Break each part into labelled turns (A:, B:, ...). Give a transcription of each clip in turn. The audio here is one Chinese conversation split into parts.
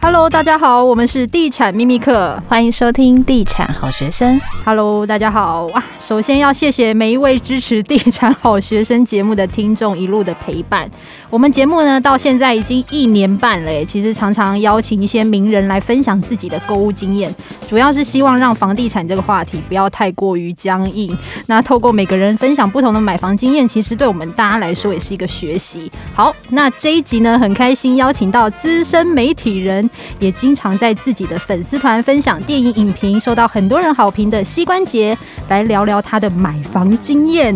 A: Hello，大家好，我们是地产秘密课。
B: 欢迎收听《地产好学生》。
A: Hello，大家好哇！首先要谢谢每一位支持《地产好学生》节目的听众一路的陪伴。我们节目呢到现在已经一年半了耶，其实常常邀请一些名人来分享自己的购物经验，主要是希望让房地产这个话题不要太过于僵硬。那透过每个人分享不同的买房经验，其实对我们大家来说也是一个学习。好，那这一集呢很开心邀请到资深媒体人也经常在自己的粉丝团分享电影影评，受到很多人好评的膝关节，来聊聊他的买房经验。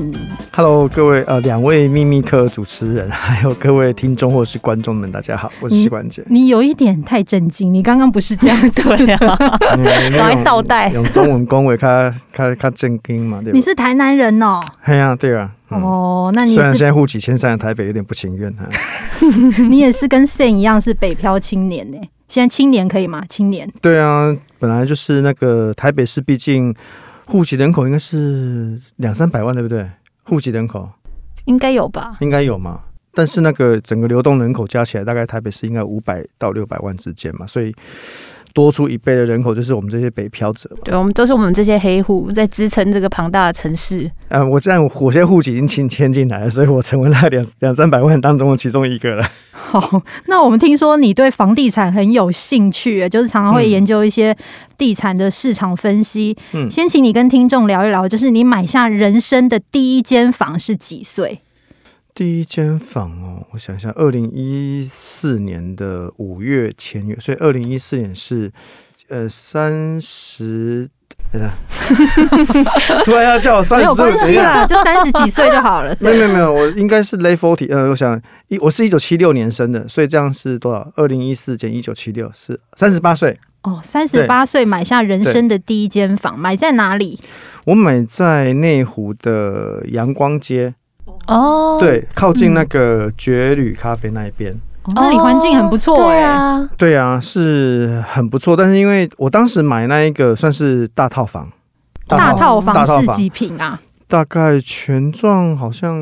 C: Hello，各位呃，两位秘密课主持人， 还有各位听众或是观众们，大家好，我是膝关节。
A: 你有一点太震惊，你刚刚不是这样 子
B: 对
A: 的，
B: 啊， 赶快倒带
C: 用中文恭维他他他正经嘛，对吧
A: 你？是台南人哦。
C: 哎呀，对啊。嗯
A: 哦，那你
C: 虽然现
A: 是
C: 在户籍迁上来台北，有点不情愿 哈。
A: 你也是跟 Sen 一样是北漂青年呢。现在青年可以吗？青年
C: 对啊，本来就是那个台北市，毕竟户籍人口应该是两三百万，对不对？户籍人口
B: 应该有吧？
C: 应该有嘛。但是那个整个流动人口加起来，大概台北市应该五百到六百万之间嘛，所以多出一倍的人口就是我们这些北漂者嘛。
B: 对，我们都是我们这些黑户在支撑这个庞大的城市。
C: 呃，我这样我现在户籍已经迁迁进来了，所以我成为那两两三百万当中的其中一个了。
A: 好，那我们听说你对房地产很有兴趣，就是常常会研究一些地产的市场分析。
C: 嗯
A: 先请你跟听众聊一聊，就是你买下人生的第一间房是几岁？
C: 第一间房哦，我想一下，二零一四年的五月签约，所以二零一四年是呃三十。等一下 突然要叫我三
A: 没有
C: 十岁，
A: 关
C: 等一
A: 系啊
C: 下
A: 啦， 就三十几岁就 好了。
C: 没有没有没有，我应该是 late forty，呃，我想一我是一九七六年生的，所以这样是多少？二零一四减一九七六是三十八岁。
A: 哦，三十八岁买下人生的第一间房，买在哪里？
C: 我买在内湖的阳光街，
B: 哦，
C: 对，靠近那个绝旅咖啡那一边。
A: 哦、那里环境很不错哎、
B: 对啊，
C: 对啊，是很不错，但是因为我当时买那一个算是大套房，
A: 大套
C: 大
A: 房
C: 套
A: 是
C: 房
A: 几平啊？
C: 大概全幢好像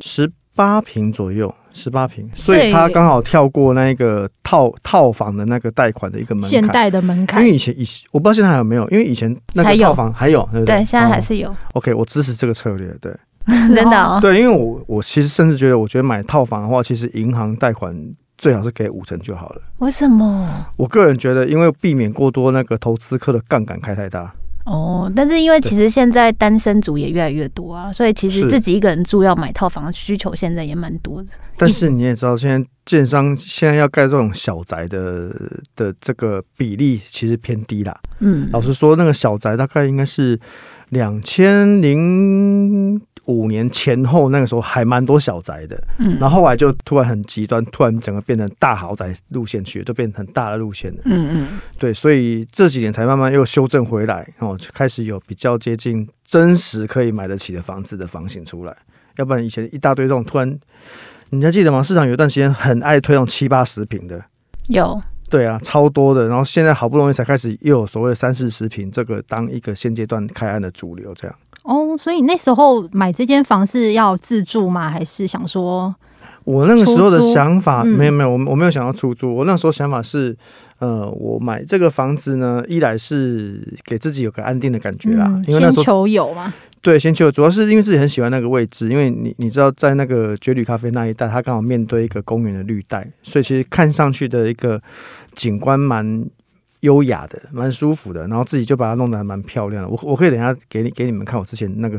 C: 十八平左右，十八平，所以它刚好跳过那个套套房的那个贷款的一个门槛。
A: 现代的门
C: 因
A: 槛
C: 为以前以我不知道现在还有没有，因为以前那
B: 还
C: 个
B: 有
C: 套房还有，对不
B: 对，现在还
C: 哦
B: 是有，
C: OK，我支持这个策略，对
A: 是
B: 真的
A: 哦
B: 哦。
C: 对，因为我我其实甚至觉得，我觉得买套房的话，其实银行贷款最好是给五成就好了。
B: 为什么？
C: 我个人觉得，因为避免过多那个投资客的杠杆开太大，
B: 哦，但是因为其实现在单身族也越来越多啊，所以其实
C: 是
B: 自己一个人住要买套房的需求现在也蛮多的。
C: 但是
B: 嗯
C: 你也知道，现在建商现在要盖这种小宅的的这个比例其实偏低啦。
B: 嗯，
C: 老实说，那个小宅大概应该是两千零五年前后，那个时候还蛮多小宅的。
B: 嗯
C: 然后后来就突然很极端，突然整个变成大豪宅路线去了，就变成很大的路线了。
B: 嗯嗯，
C: 对，所以这几年才慢慢又修正回来，哦，就开始有比较接近真实可以买得起的房子的房型出来。要不然以前一大堆这种突然，你还记得吗？市场有一段时间很爱推那种七八十平的，
B: 有
C: 对啊，超多的。然后现在好不容易才开始又有所谓的三四十平，这个当一个现阶段开案的主流这样。
A: 哦，所以那时候买这间房是要自住吗？还是想说
C: 我那个时候的
A: 出租
C: 想法，
A: 嗯
C: 没有没有，我没我没有想要出租。我那时候想法是，呃，我买这个房子呢，一来是给自己有个安定的感觉啦，因为那
A: 嗯先
C: 时候
A: 求有嘛？
C: 对先求，主要是因为自己很喜欢那个位置，因为你你知道，在那个绝旅咖啡那一带，它刚好面对一个公园的绿带，所以其实看上去的一个景观蛮优雅的，蛮舒服的。然后自己就把它弄得还蛮漂亮的。我我可以等一下给你给你们看我之前那个。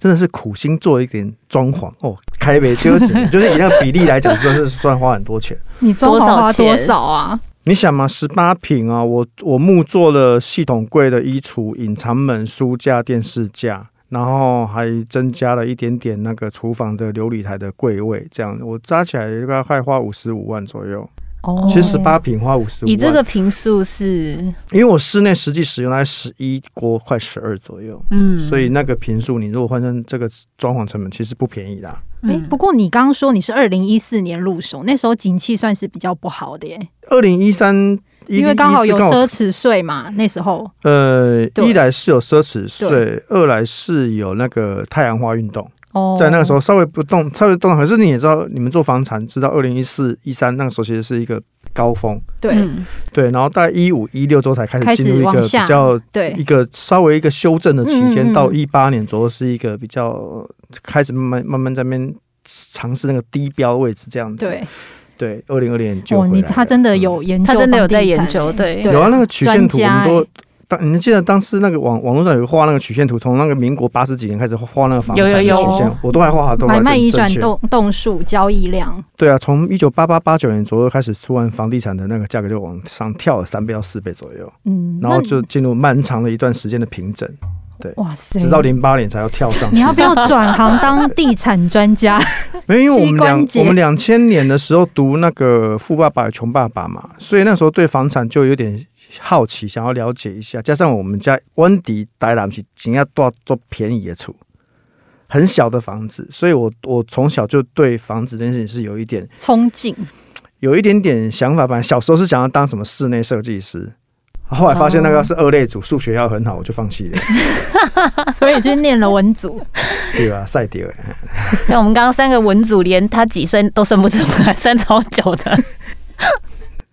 C: 真的是苦心做一点装潢哦，开北就几年， 就是以那个比例来讲，算是算花很多钱。
A: 你装潢
B: 多少
A: 花多
B: 钱
A: 少啊？
C: 你想嘛，十八平啊，我我木做了系统柜的衣橱、隐藏门、书架、电视架，然后还增加了一点点那个厨房的琉璃台的柜位，这样我加起来大概花五十五万左右。
A: 哦
C: 其实十八平花五十五万，
B: 以这个平数是
C: 因为我室内实际使用大概十一锅，快十二左右，
B: 嗯，
C: 所以那个平数你如果换成这个装潢成本，其实不便宜啦。
B: 嗯
A: 哎、不过你刚刚说你是二零一四年入手，那时候景气算是比较不好的耶，
C: 二零一三。
A: 因为刚好有
C: 14
A: 奢侈税嘛，那时候
C: 呃，
A: 对
C: 一来是有奢侈税，二来是有那个太阳花运动。
A: 哦，
C: 在那个时候稍微不动，稍微动，可是你也知道，你们做房产知道，二零一四一三那个时候其实是一个高峰，
A: 对、
B: 嗯
C: 对，然后大概一五一六周才开
A: 开
C: 始
A: 始
C: 进入一个
A: 往
C: 比
A: 下
C: 较
A: 对
C: 一个稍微一个修正的期间，
A: 嗯嗯嗯
C: 到一八年左右是一个比较呃开始慢慢慢慢在那边尝试那个低标位置这样子。
A: 对，
C: 对，二零二零年就
A: 哦，
C: 回
A: 你
C: 来了
A: 他真的
C: 嗯
A: 有研究，
B: 他真的有在研，究，对
A: 对
C: 有啊，那个曲线图我
A: 专家
C: 们都
A: 欸
C: 当，你记得当时那个网网络上有画那个曲线图，从那个民国八十几年开始画那个房
B: 有有
C: 产的
B: 有
C: 曲线，我都还画，都还
A: 买卖
C: 正
A: 移转
C: 正确
A: 动动数交易量，
C: 对啊，从一九八八八九年左右开始，突然房地产的那个价格就往上跳了三倍到四倍左右，
A: 嗯，
C: 然后
A: 那
C: 就进入漫长的一段时间的平整，
A: 哇塞，
C: 直到零八年才要跳上去。
A: 你要不要转行当地产专家？
C: 没有，因为我
A: 膝
C: 们
A: 关
C: 两
A: 节
C: 我们两千年的时候读那个《富爸爸与穷爸爸》嘛，所以那时候对房产就有点好奇，想要了解一下。加上我们家温迪台南是人家多做便宜的厝，很小的房子，所以我我从小就对房子这件事情是有一点
A: 冲劲，
C: 有一点点想法。本来小时候是想要当什么室内设计师。后来发现
A: 哦
C: 那个是二类组，数学要很好，我就放弃了，
A: 所以就念了文组。
C: 对吧、赛迪尔，
B: 那我们刚刚三个文组连他几岁都算不出来，算超久的。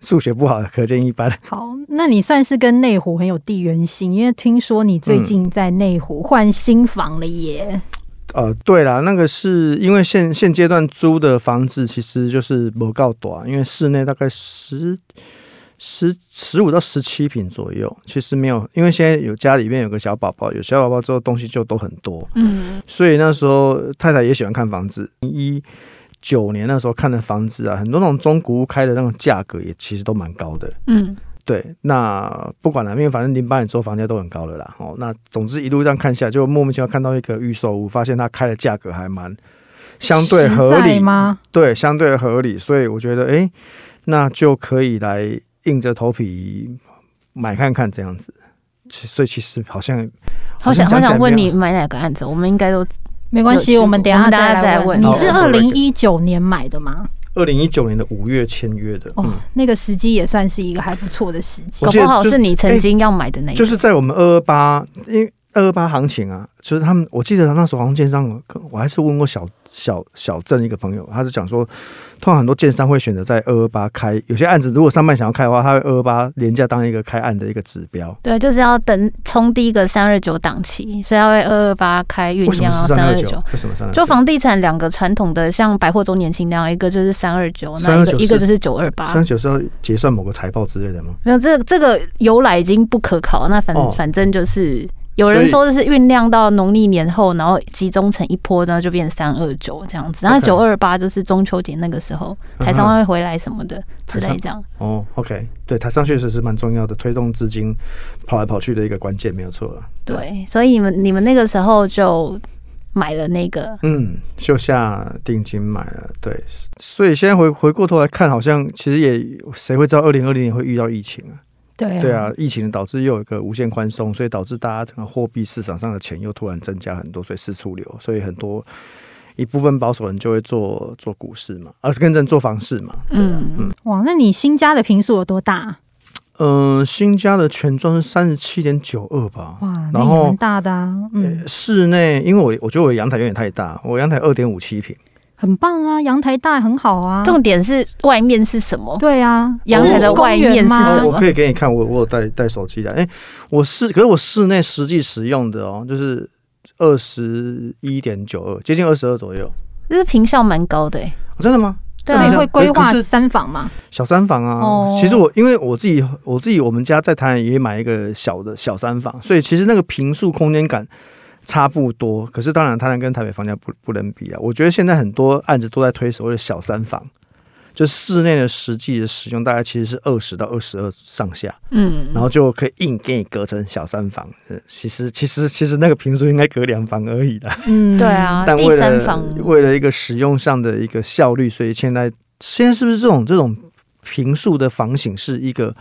C: 数学不好，可见一斑。
A: 好，那你算是跟内湖很有地缘性，因为听说你最近在内湖换新房了耶。
C: 呃，对啦，那个是因为现现阶段租的房子其实就是不够大，因为室内大概十十十五到十七平左右，其实没有，因为现在有家里面有个小宝宝，有小宝宝之后东西就都很多，
B: 嗯，
C: 所以那时候太太也喜欢看房子。一九年那时候看的房子啊，很多那种中古屋开的那种价格也其实都蛮高的。
B: 嗯，
C: 对，那不管了，因为反正零八年之后房价都很高了啦。哦，那总之一路这样看下来，就莫名其妙看到一个预售屋，发现它开的价格还蛮相对合
A: 实在
C: 理，
A: 吗？
C: 对，相对合理，所以我觉得，诶，那就可以来硬着头皮买看看这样子。其所以其实好像
B: 好想
C: 好
B: 好
C: 像讲起来
B: 想问
C: 没有
B: 你买哪个案子，我们应该都
A: 没关系，
B: 有趣
A: 我们等一
B: 我
A: 下
B: 们大
A: 再
B: 家
A: 来
B: 再
A: 问。
B: 问
A: 你是
C: 好
A: 二零一九年买的吗？
C: 二零一九年的五月签约的，
A: 哦
C: 嗯，，
A: 那个时机也算是一个还不错的时机
C: 我
B: 搞。
C: 记得
B: 不好
C: 就是
B: 你曾经要买的那一个，
C: 就是在我们二二八，因为二二八行情啊，就是他们，我记得那时候好像建商，我还是问过小小小郑一个朋友，他就讲说，通常很多建商会选择在二二八开，有些案子如果上半想要开的话，他会二二八廉价当一个开案的一个指标。
B: 对，就是要等冲第一个三二九档期，所以要为二二八开酝
C: 为什
B: 酿到
C: 么是
B: 三
C: 三
B: 二
C: 二
B: 九
C: 九。？嗯为什么三二九？
B: 就房地产两个传统的，像百货周年庆那样，一个就是三二九，那一个
C: 329
B: 一个就是九二八
C: 三。二九是要结算某个财报之类的吗？
B: 没有，这个这个由来已经不可考。那反、
C: 哦
B: 反正就是有人说的是酝酿到农历年后，然后集中成一波，然后就变三二九这样子。然后
C: OK
B: 九二八就是中秋节那个时候，
C: 嗯哼
B: 台商会回来什么的之类这样。
C: 哦，OK，对，它上确实是蛮重要的，推动资金跑来跑去的一个关键，没有错啊了。
B: 对，所以你们你们那个时候就买了那个
C: 嗯，就下定金买了，对，所以现在回回过头来看，好像其实也谁会知道二零二零年会遇到疫情啊？
A: 对
C: 对啊，疫情导致又有一个无限宽松，所以导致大家整个货币市场上的钱又突然增加很多，所以四处流，所以很多一部分保守人就会做做股市嘛，而是跟着做房市嘛。
B: 嗯，
A: 哇，那你新家的平数有多大？
C: 嗯、新家的全幢是三十七点九二吧，
A: 哇，那
C: 然
A: 也
C: 后呃
A: 蛮大的啊，嗯，
C: 室内因为我我觉得我的阳台有点太大，我阳台二点五七平。
A: 很棒啊，阳台大很好啊。
B: 重点是外面是什么？
A: 对啊，
B: 阳
C: 台的
A: 是公
B: 外面
A: 园
B: 是
A: 吗
B: 什
C: 哦
B: 么
C: 我可以给你看，我我有带带手机来。哎、我室可是我室内实际使用的哦，就是二十一点九二，接近二十二左右、
B: 就是坪效蛮高的、欸，
C: 哦真的吗？哎
B: 对
A: 所
B: 啊
A: 以会规划
C: 可是
A: 三房嘛？
C: 小三房啊，
A: 哦
C: 其实我因为我自己我自己我们家在台南也买一个小的小三房，所以其实那个平数空间感差不多。可是当然，台南跟台北房价不不能比啊。我觉得现在很多案子都在推所谓的小三房，就室内的实际的使用大概其实是二十到二十二上下。
B: 嗯，
C: 然后就可以硬给你隔成小三房。呃其实其实其实那个平数应该隔两房而已啦，
A: 嗯，
B: 对。啊，
C: 但
B: 第
C: 为
B: 三房
C: 了为了一个使用上的一个效率，所以现在现在是不是这种这种平数的房型是一个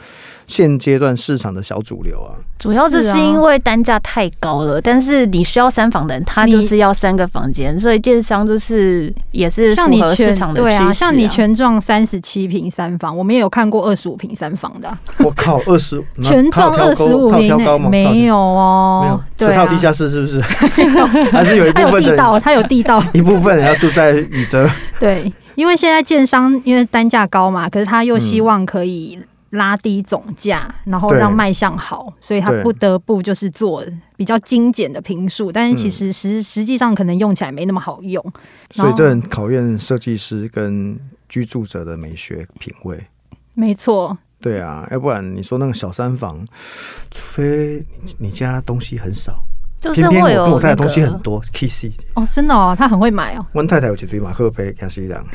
C: 现阶段市场的小主流啊？
B: 主要就是是
A: 啊
B: 因为单价太高了，但是你需要三房的人，他
A: 你
B: 就是要三个房间，所以建商就是也是
A: 像
B: 符
A: 你
B: 合市
A: 全
B: 场的趋
A: 对
B: 势、
A: 啊，像你全幢三十七平三房，我们也有看过二十五平三房的啊，
C: 我靠，二十
A: 全幢二十五平
C: 挑
A: 欸
C: 高吗？
A: 没有
C: 没
A: 哦
C: 有，，
A: 对
C: 套
A: 啊，
C: 地下室是不 是？还是有一
A: 它
C: 部
A: 有
C: 分的
A: 地
C: 人
A: 道，它有地道，
C: 一部分人要住在宇宙。
A: 对，因为现在建商因为单价高嘛，可是他又希望可以拉低总价，然后
C: 对
A: 让卖相好，所以他
C: 对
A: 不得不就是做比较精简的平
C: 嗯
A: 数，但是其实实实际上可能用起来没那么好用。
C: 所以这很考验设计师跟居住者的美学品味。
A: 没错，
C: 对啊，要不然你说那个小三房，除非你你家东西很少，
B: 就是
C: 偏偏
B: 会
C: 我跟
B: 有
C: 我太
B: 那
C: 太东西很
B: 个。
C: 多，kissy，
A: 哦，真的哦，他很会买哦。
C: 我太太有一堆马克杯，也 是一样。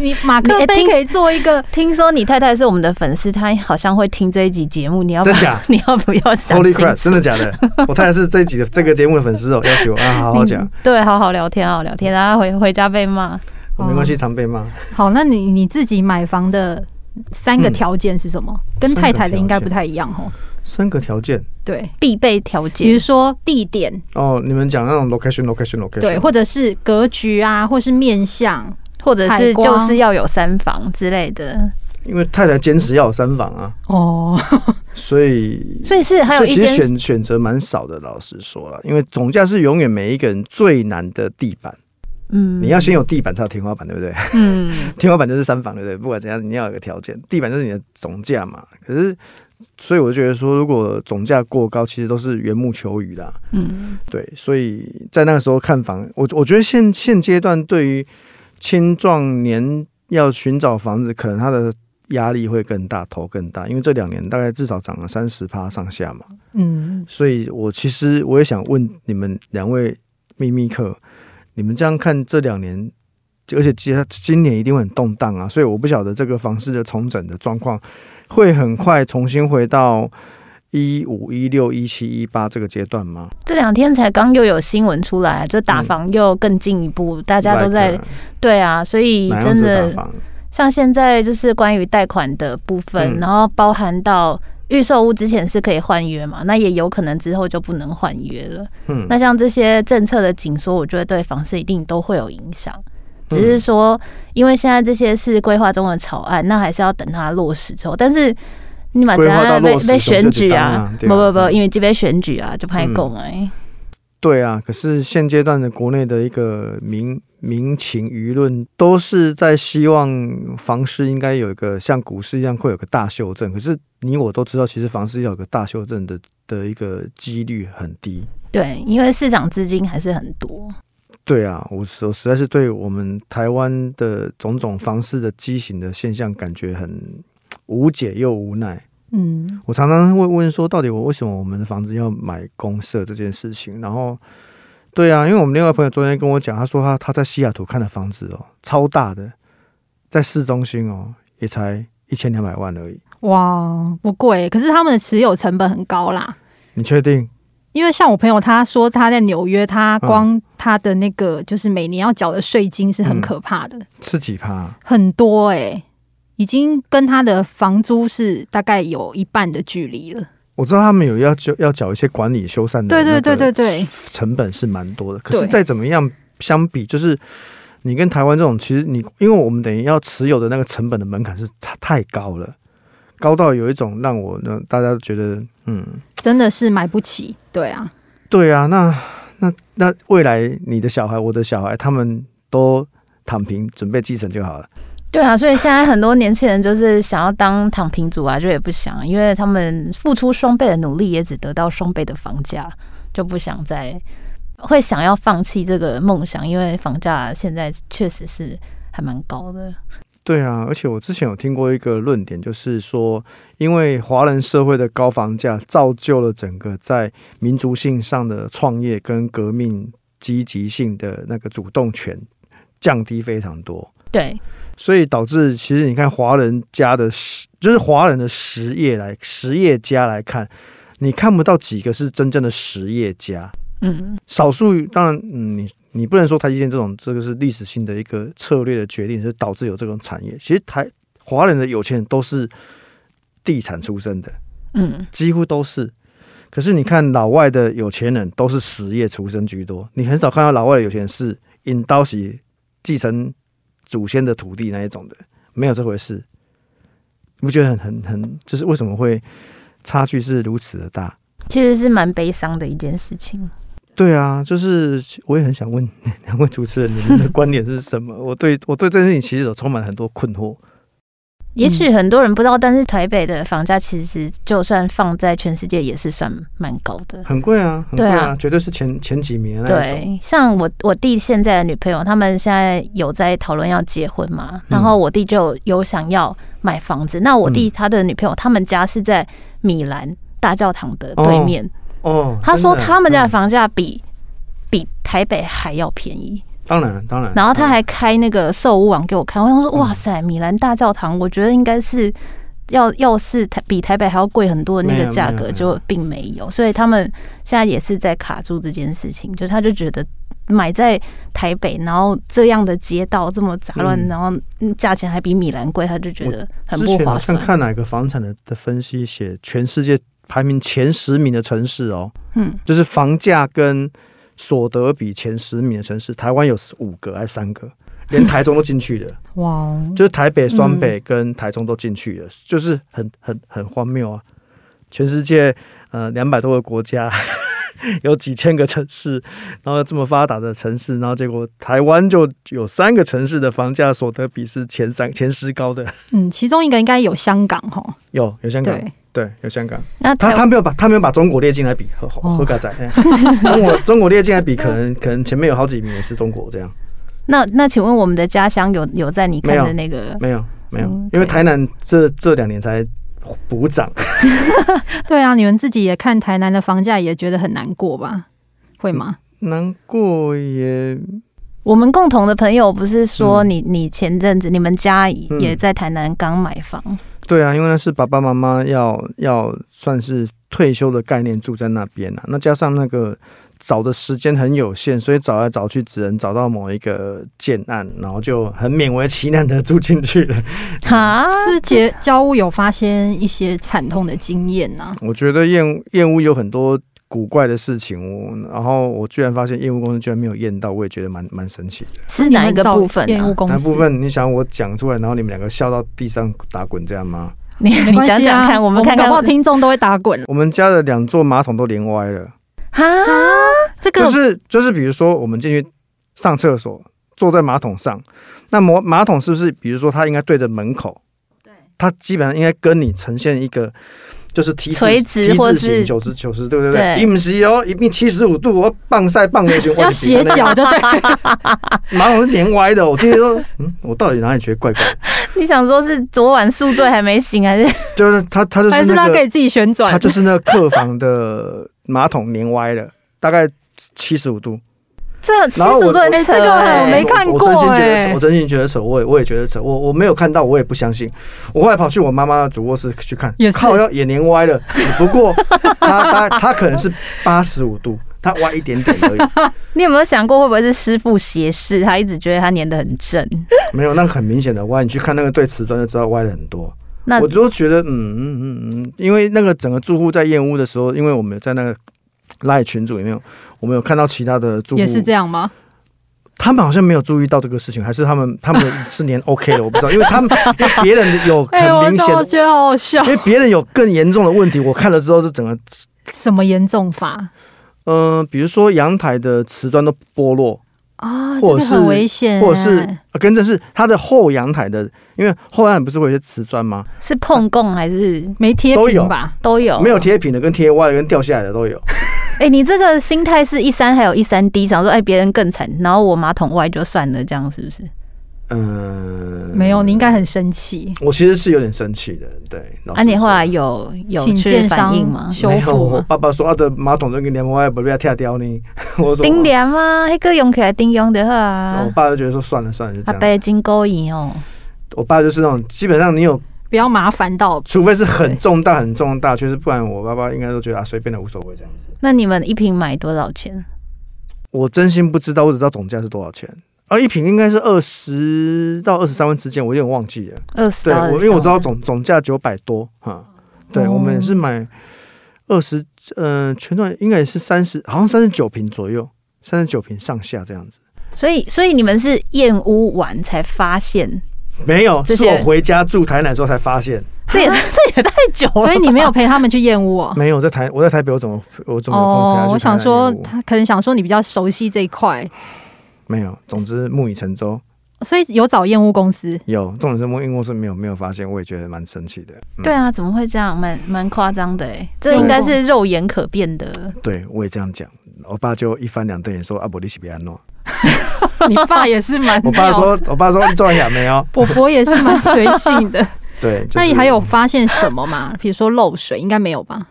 A: 你马克
B: 你哎
A: 杯
B: 听
A: 可以做一个，
B: 听说你太太是我们的粉丝，她好像会听这一集节目，你要不要
C: 真假
B: 你要不要想
C: Holy
B: 清
C: crap！
B: 楚
C: 真的假的？我太太是这一集的这个节目的粉丝哦，要求啊，好好讲
B: 嗯，对，好好聊天，好好聊天，然后回回家被骂。
C: 我哦没关系，常被骂。
B: 嗯
A: 好，那你你自己买房的三个条件是什么？跟太太的应该不太一样哦。
C: 三个条件
A: 对，
B: 必备条
A: 比如
B: 件，
A: 说地点，
C: 哦，你们讲那种 location location location，
A: 对，或者是格局啊，或是面相，
B: 或者
A: 采
B: 是
A: 光
B: 就是要有三房之类的，
C: 因为太太坚持要有三房啊，
A: 哦，
C: 所以
B: 所以是还有
C: 所以
B: 一
C: 其实
B: 间
C: 选选择蛮少的，老实说了，因为总价是永远每一个人最难的地板。
B: 嗯
C: 你要啊先有地板才有天花板，对不对？
B: 嗯，
C: 天花板就是三房，对不对？不管怎样，你要有个条件，地板就是你的总价嘛。可是，所以我觉得说，如果总价过高，其实都是缘木求鱼啦。
B: 嗯，
C: 对，所以在那个时候看房，我我觉得现现阶段对于青壮年要寻找房子，可能他的压力会更大，头更大，因为这两年大概至少涨了三十趴上下嘛。
A: 嗯，
C: 所以我其实我也想问你们两位秘密客，你们这样看这两年，而且今今年一定会很动荡啊，所以我不晓得这个房市的重整的状况会很快重新回到一五一六一七一八这个阶段吗？
B: 这两天才刚又有新闻出来，就打房又更进一步，大
C: 大
B: 家都在对啊，所以
C: 哪样
B: 真
C: 子打
B: 的
C: 房？
B: 像现在就是关于贷款的部分，
C: 嗯
B: 然后包含到预售屋之前是可以换约嘛，那也有可能之后就不能换约了。
C: 嗯
B: 那像这些政策的紧缩，我觉得对房市一定都会有影响。
C: 嗯
B: 只是说，因为现在这些是规划中的草案，那还是要等它落实之后。但是你马
C: 规划到
B: 上被
C: 落实
B: 被
C: 总
B: 选
C: 就得
B: 举
C: 当
B: 啊
C: 啊，
B: 不
C: 对
B: 不
C: 啊
B: 不，
C: 嗯
B: 因为这边选举啊，就拍供哎，
C: 对啊，可是现阶段的国内的一个民民情舆论都是在希望房市应该有一个像股市一样会有个大修正，可是你我都知道，其实房市要有个大修正的的一个几率很低。
B: 对，因为市场资金还是很多。
C: 对啊，我实我实在是对我们台湾的种种房市的畸形的现象感觉很无解又无奈。
A: 嗯，
C: 我常常会问说，到底我为什么我们的房子要买公社这件事情？然后，对啊，因为我们另外一个朋友昨天跟我讲，他说他他在西雅图看的房子哦，超大的，在市中心哦，也才一千两百万而已。
A: 哇，不贵，可是他们的持有成本很高啦。
C: 你确定？
A: 因为像我朋友他说他在纽约，他光他的那个就是每年要缴的税金是很可怕的，
C: 是几趴、啊
A: 很多哎、已经跟他的房租是大概有一半的距离了。
C: 我知道他们有要缴要缴一些管理修缮的，
A: 对对对对，对，
C: 成本是蛮多的。可是
A: 对
C: 再怎么样相比，就是你跟台湾这种，其实你因为我们等于要持有的那个成本的门槛是差太高了，高到有一种让我呢大家觉得嗯，
A: 真的是买不起。对啊，
C: 对啊，那那那未来你的小孩，我的小孩，他们都躺平准备继承就好了。
B: 对啊，所以现在很多年轻人就是想要当躺平族啊，就也不想，因为他们付出双倍的努力，也只得到双倍的房价，就不想再会想要放弃这个梦想，因为房价现在确实是还蛮高的。
C: 对啊，而且我之前有听过一个论点，就是说，因为华人社会的高房价造就了整个在民族性上的创业跟革命积极性的那个主动权降低非常多，
B: 对，
C: 所以导致其实你看华人家的实，就是华人的实业来实业家来看，你看不到几个是真正的实业家，
B: 嗯，
C: 少数当然，嗯，你你不能说台积电这种这个是历史性的一个策略的决定，是导致有这种产业。其实台华人的有钱人都是地产出身的，
B: 嗯，
C: 几乎都是。可是你看老外的有钱人都是实业出身居多，你很少看到老外的有钱人是引刀洗继承祖先的土地那一种的，没有这回事。你不觉得很很很，就是为什么会差距是如此的大？
B: 其实是蛮悲伤的一件事情。
C: 对啊，就是我也很想问 两位主持人，你们的观点是什么？我对我对这件事情其实有充满了很多困惑。
B: 也许很多人不知道，但是台北的房价其实就算放在全世界也是算蛮高的。
C: 很贵啊，很贵
B: 对
C: 啊，
B: 啊
C: 绝对是前前几名的那一种。
B: 对，像我我弟现在的女朋友，他们现在有在讨论要结婚嘛，然
C: 嗯
B: 后我弟就有想要买房子。那我弟他的女朋友，他们家是在米兰大教堂的对面，
C: 哦，
B: 他说
C: 真的
B: 他们家的
C: 嗯
B: 房价比、比台北还要便宜，
C: 当然当然，
B: 然后他还开那个售屋网给我看，我想说
C: 嗯
B: 哇塞，米兰大教堂，我觉得应该是要要是台比台北还要贵很多的那
C: 没
B: 个
C: 有
B: 价
C: 没有没
B: 格，
C: 有
B: 就并没有，所以他们现在也是在卡住这件事情，就是他就觉得。买在台北，然后这样的街道这么杂乱，
C: 嗯
B: 然后嗯价钱还比米兰贵，他就觉得很
C: 之
B: 不
C: 前
B: 划
C: 好像
B: 算。
C: 看哪个房产的的分析写全世界排名前十名的城市哦，
B: 嗯，
C: 就是房价跟所得比前十名的城市，台湾有五个还是三个，连台中都进去 了，
A: 哇哦，
C: 就是台北、双北跟台中都进去了，
B: 嗯
C: 就是很很很荒谬啊！全世界呃两百多个国家， 有几千个城市，然后这么发达的城市，然后结果台湾就有三个城市的房价所得比是前三前十高的，
A: 嗯，其中一个应该有香港哈，
C: 有有香港，
A: 对，
C: 对，有香港。
B: 那
C: 他
B: 台
C: 他没有把他没有把中国列进来比，和
A: 哦
C: 和嘎仔，哎中国中国列进来比，可能可能前面有好几名也是中国这样，
B: 那那，请问我们的家乡有有在你看
C: 没
B: 的
C: 有
B: 那个
C: 没有没有
B: 嗯，
C: 因为
B: 对
C: 台南这这两年才补涨，
A: 对啊，你们自己也看台南的房价，也觉得很难过吧？会吗？
C: 难过也
B: 我们共同的朋友不是说
C: 嗯
B: 你、你前阵子你们家
C: 嗯
B: 也在台南刚买房，
C: 对啊，因为那是爸爸妈妈要要算是退休的概念住在那边啊，那加上那个找的时间很有限，所以找来找去只能找到某一个建案，然后就很勉为其难的住进去了。
B: 哈、
A: 是结交屋有发现一些惨痛的经验啊呐、
C: 我觉得燕燕屋有很多古怪的事情，我然后我居然发现燕屋公司居然没有验到，我也觉得蛮蛮神奇的。
B: 是哪一个部分、
A: 业务
B: 啊？
A: 公
C: 那
A: 司
C: 部分你想我讲出来，然后你们两个笑到地上打滚这样吗？
B: 你
A: 没
B: 你
A: 关系啊
B: 讲讲看，
A: 我
B: 我们看
A: 搞
B: 看
A: 不好听众都会打滚。
C: 我们家的两座马桶都连歪了，
B: 哈，
A: 这个、
C: 就是就是比如说我们进去上厕所，坐在马桶上，那马马桶是不是比如说它应该对着门口？它基本上应该跟你呈现一个就是提
B: 垂直或
C: 字形
B: 是
C: 九十九十度，对不对？
B: 对
C: 一米十哦，一米七十五度，我棒晒棒回去，
A: 要斜角就对，
C: 马桶是连歪的，我今天 说，嗯，我到底哪里觉得怪怪的？
B: 你想说是昨晚宿醉还没醒，还是
C: 就是他，他就是
A: 还是
C: 那
A: 它可
C: 个，
A: 以自己旋转？
C: 他就是那个客房的马桶连歪了，大概七十五度。
B: 这个吃
C: 然后我
B: 宿醉
A: 我
B: 很扯、
A: 哎这个
B: 欸
A: 哦我没看
C: 我
A: 过
C: 我真心觉得
A: 欸
C: 扯，我真心觉得扯，我也我也觉得扯，我我没有看到，我也不相信。我后来跑去我妈妈的主卧室去看
A: 也，是
C: 靠，要也连歪了，只不过他他他可能是八十五度，他歪一点点而已，
B: 你有没有想过会不会是师傅斜视？他一直觉得他粘得很正。
C: 没有那个很明显的歪，你去看那个对瓷砖就知道歪了很多。
B: 那
C: 我就觉得，嗯嗯嗯嗯，因为那个整个住户在验屋的时候，因为我们在那个赖群组里面，我们有看到其他的住户
A: 也是这样吗？
C: 他们好像没有注意到这个事情，还是他们他们是连 OK 的，我不知道，因为他们因为别人有 很
A: 哎、我
C: 明
A: 怎
C: 显
A: 么
C: 的，
A: 觉得好好笑
C: 因？为别人有更严重的问题，我看了之后就整个，
A: 什么严重法
C: 嗯、比如说阳台的瓷砖都剥落，
A: 啊？
C: 或
A: 这个
C: 者是
A: 很危险欸、
C: 或者是、呃跟着是它的后阳台的，因为后阳台不是会有一些瓷砖吗？
B: 是碰供还是
A: 没贴
C: 都有
A: 平吧？
B: 都有？
C: 没有贴平的，跟贴歪的，跟掉下来的都有。
B: 哎、你这个心态是一山还有一山低，想说哎别人更惨，然后我马桶歪就算了，这样是不是？
C: 嗯，
A: 没有，你应该很生气。
C: 我其实是有点生气的，对。老实
B: 啊，你后来
C: 说
B: 有有
A: 请
B: 去
A: 建
B: 反应
A: 商
B: 吗？
A: 修
C: 没有？
A: 复
C: 我
A: 吗？
C: 爸爸说啊，的马桶都给连歪，不被他拆掉呢。 我说
B: 顶点吗？
A: 啊
B: 迄个用起来顶用的好啊
C: 我。爸就觉得说算了算了，就
B: 阿
C: 这样。
B: 伯真勾引哦，
C: 我爸就是那种基本上你有，
A: 不要麻烦到
C: 除非是很重大很重大，就是不然我爸爸应该都觉得啊随便的无所谓这样子。
B: 那你们一瓶买多少钱？
C: 我真心不知道，我只知道总价是多少钱。啊而一瓶应该是二十到二十三万之间，我有点忘记了。
B: 二十
C: 对，
B: 到
C: 我因为我知道总总价九百多哈、对，
A: 哦
C: 我们也是买二十，呃，全段应该也是三十，好像三十九平左右，三十九平上下这样子。
B: 所以所以你们是验屋完才发现
C: 没有，
B: 这
C: 是
B: 些
C: 我回家住台南之后才发现，
B: 这也这也太久了 吧。
A: 所以你没有陪他们去燕屋 哦。
C: 没有，我在台我在台北，我怎么我怎么有空陪他
A: 哦，
C: 去
A: 我想
C: 台南
A: 说
C: 业务
A: 他可能想说你比较熟悉这一块，
C: 没有。总之木已成舟，
A: 所以有找燕屋公 司。
C: 有重点是木因为是没有没有发现，我也觉得蛮神奇的。嗯
B: 对啊，怎么会这样？蛮蛮夸张的哎，这
C: 对
B: 应该是肉眼可辨的。
C: 对，我也这样讲。我爸就一翻两瞪眼说：“啊，不，你是别安 诺。
A: 你爸也是蛮”
C: 我 爸说：“我爸说你做也没有。
A: 伯伯也是蛮随性 的。”
C: 对， 就是
A: 那你还有发现什么吗？比如说漏水，应该没有吧？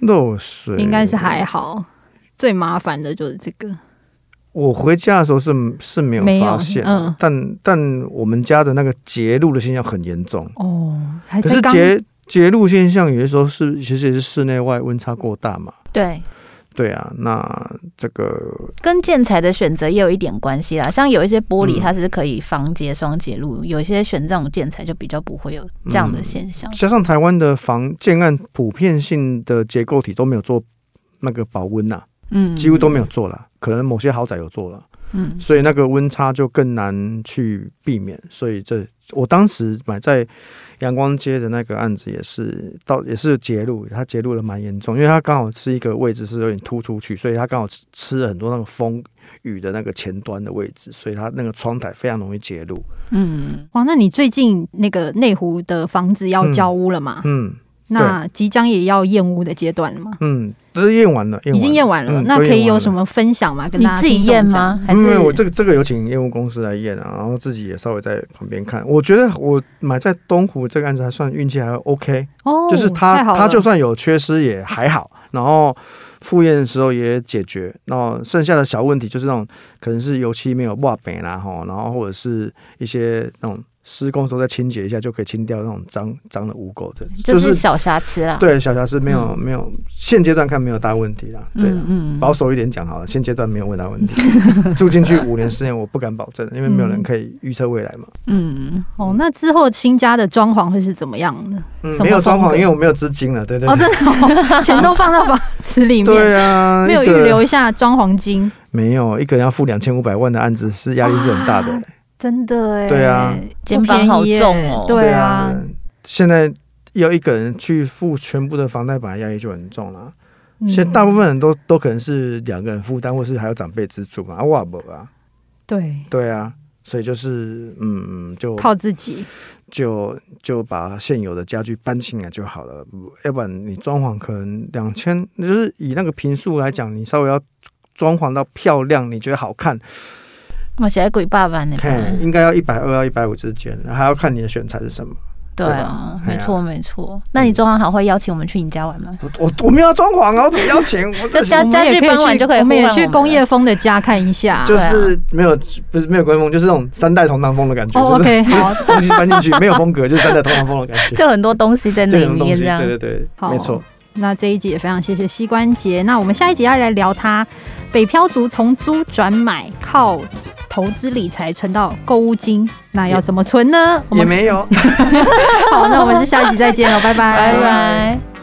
C: 漏水，
A: 应该是还好。最麻烦的就是这个，
C: 我回家的时候是是没有
A: 没有
C: 发现，
A: 嗯
C: 但但我们家的那个结露的现象很严重，
A: 哦，还
C: 可
A: 在
C: 是
A: 刚
C: 结结露现象有的时候是其实也是室内外温差过大嘛。
B: 对，
C: 对啊，那这个
B: 跟建材的选择也有一点关系啦。像有一些玻璃
C: 嗯
B: 它是可以防结霜结露，有些选这种建材就比较不会有这样的现象。
C: 加上台湾的房建案普遍性的结构体都没有做那个保温呐、
B: 嗯，
C: 几乎都没有。做了，可能某些豪宅有做了，
B: 嗯，
C: 所以那个温差就更难去避免。所以这我当时买在阳光街的那个案子也是到也是结露，它结露的蛮严重，因为它刚好是一个位置是有点突出去，所以它刚好吃吃了很多那个风雨的那个前端的位置，所以它那个窗台非常容易结露。
B: 嗯，
A: 哇，那你最近那个内湖的房子要交屋了嘛？
C: 嗯
A: 那即将也要验屋的阶段了吗？
C: 嗯，都是验完了，嗯验
A: 已经验完了，那可以有什
C: 么？
A: 么分享吗？跟
B: 你
A: 大家
B: 自己
A: 听众
B: 验
A: 讲？
B: 吗？还
C: 因为
B: 是
C: 我这个这个有请业务公司来验啊，然后自己也稍微在旁边看。我觉得我买在东湖这个案子还算运气还 OK，、
A: 哦，
C: 就是他
A: 太好了
C: 他就算有缺失也还好， 然后复验的时候也解决。然后剩下的小问题就是那种可能是油漆没有挂北啦吼，然后或者是一些那种施工的时候再清洁一下就可以清掉那种脏脏的污垢的，
B: 就是小瑕疵啦。，
C: 对小瑕疵
A: 嗯
C: 没有、没有，现阶段看没有大问题啦，对啦
B: 嗯嗯，
C: 保守一点讲好了，现阶段没有问他问题。 住进去五年十年，我不敢保证，因为没有
A: 嗯
C: 人可以预测未来嘛。
B: 嗯，
A: 哦，那之后新家的装潢会是怎么样呢？
C: 嗯
A: 什么
C: 没有装
A: 风
C: 潢，
A: 格
C: 因为我没有资金了，对对
A: 哦，
C: 对。
A: 真的、 哦，钱都放到房子里面，
C: 对啊，
A: 没有
C: 一
A: 预
C: 个
A: 留，一下装潢金，
C: 没有一个人要付两千五百万的案子，是压力是很大的
A: 啊。真的哎，
C: 对啊
B: 肩膀好重哦
A: 不便宜耶对
C: 啊
A: 啊，，
C: 现在要一个人去付全部的房贷，本来压力就很重了。
A: 嗯
C: 现在大部分人都都可能是两个人负担，或是还有长辈资助嘛，啊，我也没有啊，
A: 对
C: 对啊，所以就是嗯，就
A: 靠自己，
C: 就就把现有的家具搬进来就好了，不要不然你装潢可能两千，就是以那个平数来讲，你稍微要装潢到漂亮，你觉得好看，
B: 我写在鬼爸爸那
C: 看
A: 嗯
B: 边。
C: 应该要一百二到一百五之间，还要看你的选材是什么。
B: 对啊，
C: 对吧嗯
B: 没错没错。那你装潢好会邀请我们去你家玩吗？
C: 我我我们要装潢啊，我怎么邀请？我
B: 就家
A: 我们
B: 家
A: 也
B: 具
A: 可以
B: 搬完
A: 去
B: 就可以
A: 我们也
B: 呼唤
A: 去
B: 我们
A: 工业风的家看一下，啊
C: 就是没有不是没有官风，就是那种三代同堂风的感觉。
A: 哦
C: 就是
A: ，OK，好，
C: 东西搬进去没有风格，就是三代同堂风的 感觉。
B: 就很多东西在
C: 这
B: 里
C: 种东
B: 面
C: 西，
B: 这样
C: 对对对，
A: 好
C: 没错。
A: 那这一集也非常谢谢膝关节。那我们下一集要来聊他北漂族从租转买，靠投资理财存到购物金，那 要怎么存呢？我
C: 也
A: 们
C: 没有。
A: 好，那我们就下一集再见了，拜拜
B: 拜拜。